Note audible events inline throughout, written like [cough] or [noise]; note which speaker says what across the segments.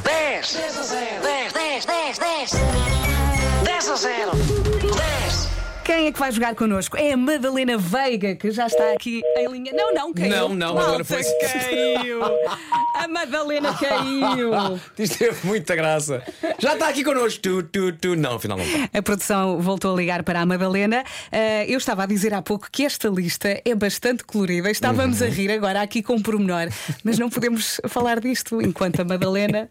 Speaker 1: 10, 10 a 0. 10, 10, 10, 10. 10 a 0. 10.
Speaker 2: Quem é que vai jogar connosco? É a Madalena Veiga, que já está aqui em linha. Não, não, caiu.
Speaker 3: Não, não,
Speaker 2: Malta,
Speaker 3: agora foi-
Speaker 2: caiu. A
Speaker 3: [laughs]
Speaker 2: Madalena caiu.
Speaker 3: Isto teve muita graça. Já está aqui connosco. Tu, tu, tu. Não, afinal não está.
Speaker 2: A produção voltou a ligar para a Madalena. Ah, eu estava a dizer há pouco que esta lista é bastante colorida. Estávamos
Speaker 3: Uhum.
Speaker 2: a rir agora aqui com um pormenor, mas não podemos falar disto enquanto a Madalena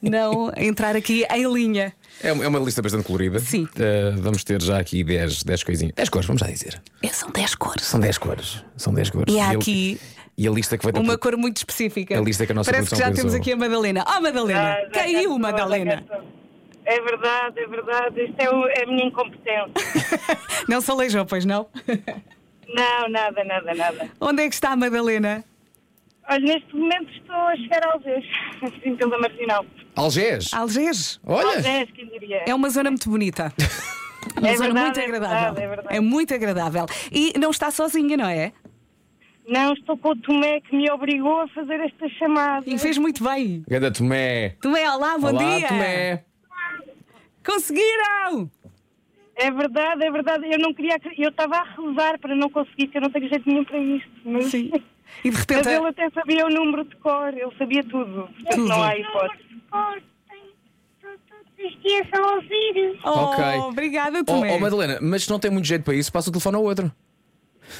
Speaker 2: não entrar aqui em linha.
Speaker 3: É uma é uma lista bastante colorida.
Speaker 2: Sim.
Speaker 3: Eh, vamos ter já aqui 10, 10 coisinhas. 10 cores, vamos já dizer.
Speaker 2: É, São 10 cores.
Speaker 3: São 10 cores. São 10 cores.
Speaker 2: E há
Speaker 3: a-
Speaker 2: aqui
Speaker 3: E a lista que vai ter.
Speaker 2: Uma cor muito específica.
Speaker 3: É A lista que a nossa
Speaker 2: Parece que já
Speaker 3: produção
Speaker 2: temos
Speaker 3: pensou.
Speaker 2: aqui a Madalena. Ah, Madalena!
Speaker 4: Ah, já cá
Speaker 2: caiu,
Speaker 4: estou, já
Speaker 2: Madalena!
Speaker 4: cá estou. É verdade, é verdade. Isto é, o- é a minha
Speaker 2: [laughs]
Speaker 4: incompetência.
Speaker 2: Não se aleijou, pois não?
Speaker 4: Não, nada, nada, nada.
Speaker 2: Onde é que está a Madalena?
Speaker 4: Olha, neste momento estou a chegar ao [laughs] Algés, assim pela marginal.
Speaker 3: Algés.
Speaker 2: Ah, Algés.
Speaker 3: Olha.
Speaker 4: Algés, quem diria?
Speaker 2: É uma zona muito
Speaker 3: [laughs]
Speaker 2: bonita. Uma
Speaker 4: É
Speaker 2: zona
Speaker 4: verdade,
Speaker 2: muito
Speaker 4: é
Speaker 2: agradável.
Speaker 4: verdade, é verdade.
Speaker 2: muito agradável. E não está sozinha, não é?
Speaker 4: Não, estou com o Tomé que me obrigou a fazer esta chamada.
Speaker 2: E fez muito bem.
Speaker 3: Ganda Tomé.
Speaker 2: Tomé, olá, bom
Speaker 3: Olá, é.
Speaker 2: dia!
Speaker 3: Tomé.
Speaker 4: [laughs]
Speaker 2: Conseguiram!
Speaker 4: É verdade, é verdade. Eu não queria. acre- Eu estava a rezar para não conseguir, que eu não tenho jeito nenhum para isto. Mas,
Speaker 2: Sim. E de
Speaker 4: [laughs] mas
Speaker 2: repente. é,
Speaker 4: ele até sabia o número de cor, ele sabia tudo. Portanto,
Speaker 2: Tudo.
Speaker 4: não há hipótese.
Speaker 2: Oh,
Speaker 3: Ok.
Speaker 2: Obrigada,
Speaker 3: Oh,
Speaker 2: Tomé.
Speaker 3: oh, Madalena, mas se não tem muito jeito para isso, passa o telefone ao outro.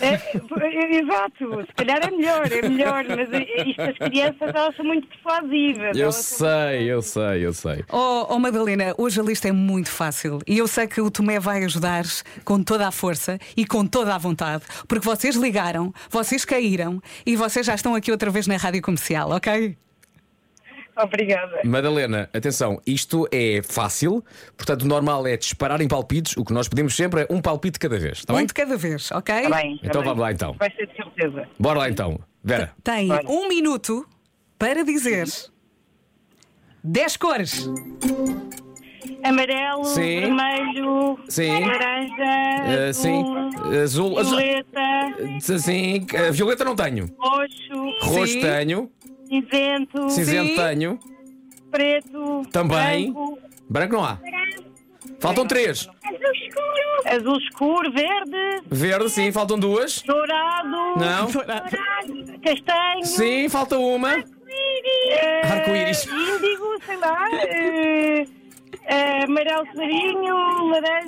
Speaker 4: É, é, exato, se calhar é melhor, é melhor, mas é- isto as crianças elas são muito persuasivas.
Speaker 3: Eu
Speaker 4: elas são-
Speaker 3: sei, eu sei, eu sei.
Speaker 2: Oh, oh, Madalena, hoje a lista é muito fácil e eu sei que o Tomé vai ajudar com toda a força e com toda a vontade, porque vocês ligaram, vocês caíram e vocês já estão aqui outra vez na rádio comercial, ok?
Speaker 4: Obrigada.
Speaker 3: Madalena, atenção, isto é fácil, portanto, o normal é disparar em palpites. O que nós pedimos sempre é um palpite cada vez, está
Speaker 2: um
Speaker 3: bem?
Speaker 2: de cada vez, ok?
Speaker 4: Tá bem, tá
Speaker 3: Então
Speaker 4: bem.
Speaker 3: vamos lá, então.
Speaker 4: Vai ser de certeza.
Speaker 3: Bora lá então. Vera,
Speaker 2: Tem
Speaker 4: Olha.
Speaker 2: um minuto para dizer 10 cores.
Speaker 4: Amarelo,
Speaker 3: Sim.
Speaker 4: vermelho,
Speaker 3: Sim.
Speaker 4: laranja,
Speaker 3: Eh, sim.
Speaker 4: azul,
Speaker 3: Azul, azul.
Speaker 4: violeta,
Speaker 3: Sim, eh, violeta não tenho.
Speaker 4: roxo,
Speaker 3: Roxo
Speaker 2: Sim.
Speaker 3: tenho.
Speaker 4: cinzento,
Speaker 3: Cinzento
Speaker 2: Sim.
Speaker 3: tenho.
Speaker 4: preto,
Speaker 3: Também.
Speaker 4: branco,
Speaker 3: Branco não há. Faltam três.
Speaker 4: azul escuro, verde,
Speaker 3: Verde, sim, faltam duas.
Speaker 4: dourado,
Speaker 3: Não.
Speaker 4: castanho,
Speaker 3: Sim, falta uma.
Speaker 4: Eh,
Speaker 3: Arco-íris.
Speaker 4: Índigo, sei lá. eh, eh, amarelo clarinho,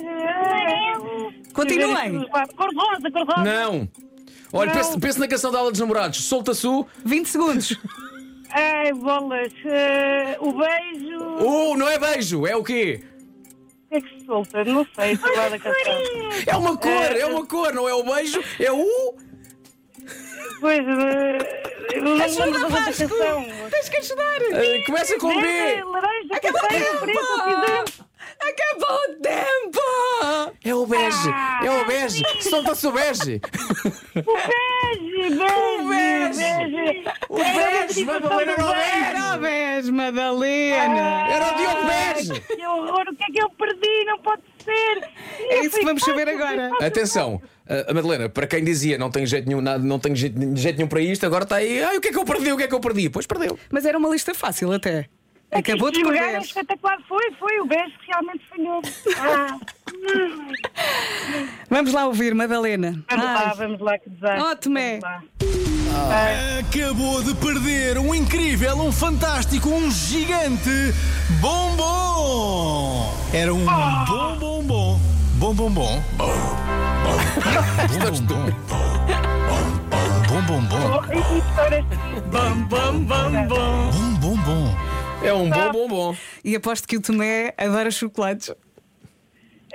Speaker 4: eh, laranja.
Speaker 2: Continuem.
Speaker 4: Cor-de-rosa, cor-de-rosa.
Speaker 3: Não. Olha,
Speaker 4: Não.
Speaker 3: pense, pense na canção da aula dos namorados. Solta-su.
Speaker 2: 20 segundos.
Speaker 4: Ai, bolas. eh, o beijo. O
Speaker 3: Uh, não é beijo, é o quê?
Speaker 4: que é que se solta? Não sei, sei lá da canção.
Speaker 3: É uma cor, é uma cor, não é o beijo, é o.
Speaker 4: Depois. eh, eu não me lembro da outra
Speaker 2: Vasco.
Speaker 4: canção.
Speaker 2: Tens que ajudar!
Speaker 3: Eh, começa com
Speaker 4: Verde,
Speaker 3: B.
Speaker 4: É, laranja,
Speaker 2: um. Acabou o
Speaker 4: castanho, preto, cinzento.
Speaker 2: tempo! Acabou o tempo!
Speaker 3: É o bege, é o bege. Solta-se o bege.
Speaker 4: O beijo, beijo, beijo.
Speaker 3: O bege,
Speaker 4: Era
Speaker 3: Madalena,
Speaker 4: a
Speaker 3: era o
Speaker 4: é,
Speaker 3: bege.
Speaker 2: Era o vez, Madalena!
Speaker 3: Era o Diogo Bege.
Speaker 4: Que horror, o que é que eu perdi? Não pode ser.
Speaker 2: É isso que vamos saber agora.
Speaker 3: Atenção, a a Madalena, para quem dizia não tenho jeito nenhum, nada, não tenho jeito, jeito nenhum para isto, agora está aí, ai, o que é que eu perdi? O que é que eu perdi? Pois perdeu.
Speaker 2: Mas era uma lista fácil até. Acabou de
Speaker 4: Este
Speaker 2: correr.
Speaker 4: lugar é espetacular. Foi, foi. O beijo que realmente falhou.
Speaker 2: [laughs]
Speaker 4: Ah.
Speaker 2: Vamos lá ouvir, Madalena.
Speaker 4: Vamos lá,
Speaker 2: Ai.
Speaker 4: vamos lá, que desastre.
Speaker 2: Ah. Ó, Tomé.
Speaker 4: Vamos lá.
Speaker 5: Acabou de perder um incrível, um fantástico, um gigante bombom! Era um bom bom bom. Bom bom bom. Bom bom bom. Bom bom bom.
Speaker 4: Oh, e- e histórias de-
Speaker 5: Bom bom bom.
Speaker 3: É um bom, bom, bom.
Speaker 2: E aposto que o Tomé adora chocolates.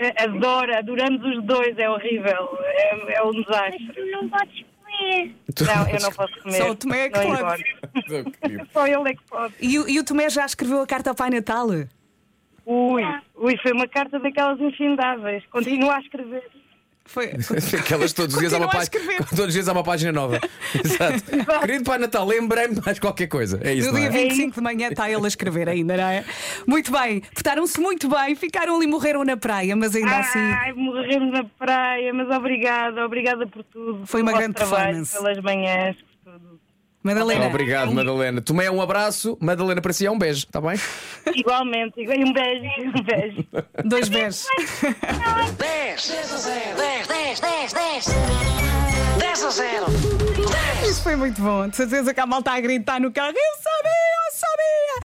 Speaker 4: eh, Adora, adoramos os dois. É horrível. É, é um desastre.
Speaker 6: Tu não podes comer.
Speaker 4: Não, eu não posso comer.
Speaker 2: Só o Tomé é que
Speaker 4: Não
Speaker 2: pode.
Speaker 4: engordo. Só ele é que pode.
Speaker 2: E, o- e o Tomé já escreveu a carta ao Pai Natal?
Speaker 4: Ui, ui, foi uma carta daquelas infindáveis. Continua a escrever.
Speaker 2: Foi.
Speaker 3: [laughs] [laughs] Aquelas todos os dias há uma
Speaker 2: Continua a
Speaker 3: página.
Speaker 2: escrever.
Speaker 3: Todos os dias há uma
Speaker 2: [laughs]
Speaker 3: página nova. Exato. Querido Pai Natal, lembrei-me mais qualquer coisa. É isso.
Speaker 2: No
Speaker 3: não
Speaker 2: dia
Speaker 3: é?
Speaker 2: 25 de manhã está ele a escrever ainda, não é? Muito bem, portaram-se muito bem, ficaram ali, morreram na praia, mas ainda assim.
Speaker 4: Ai, morremos na praia, mas obrigada, obrigada por tudo.
Speaker 2: Foi
Speaker 4: pelo
Speaker 2: uma
Speaker 4: vosso
Speaker 2: grande
Speaker 4: trabalho,
Speaker 2: performance.
Speaker 4: Pelas manhãs, por tudo.
Speaker 2: Madalena. É
Speaker 3: Obrigado, Madalena. Tomei um abraço, Madalena para si é um beijo, está bem?
Speaker 4: Igualmente, igual- um beijo, um beijo.
Speaker 2: Dois beijos.
Speaker 1: 10 a 0. 10, 10, 10, 10. 10 a 0. 10.
Speaker 2: Isso foi muito bom. De certeza que a malta a gritar no carro. Eu sabia!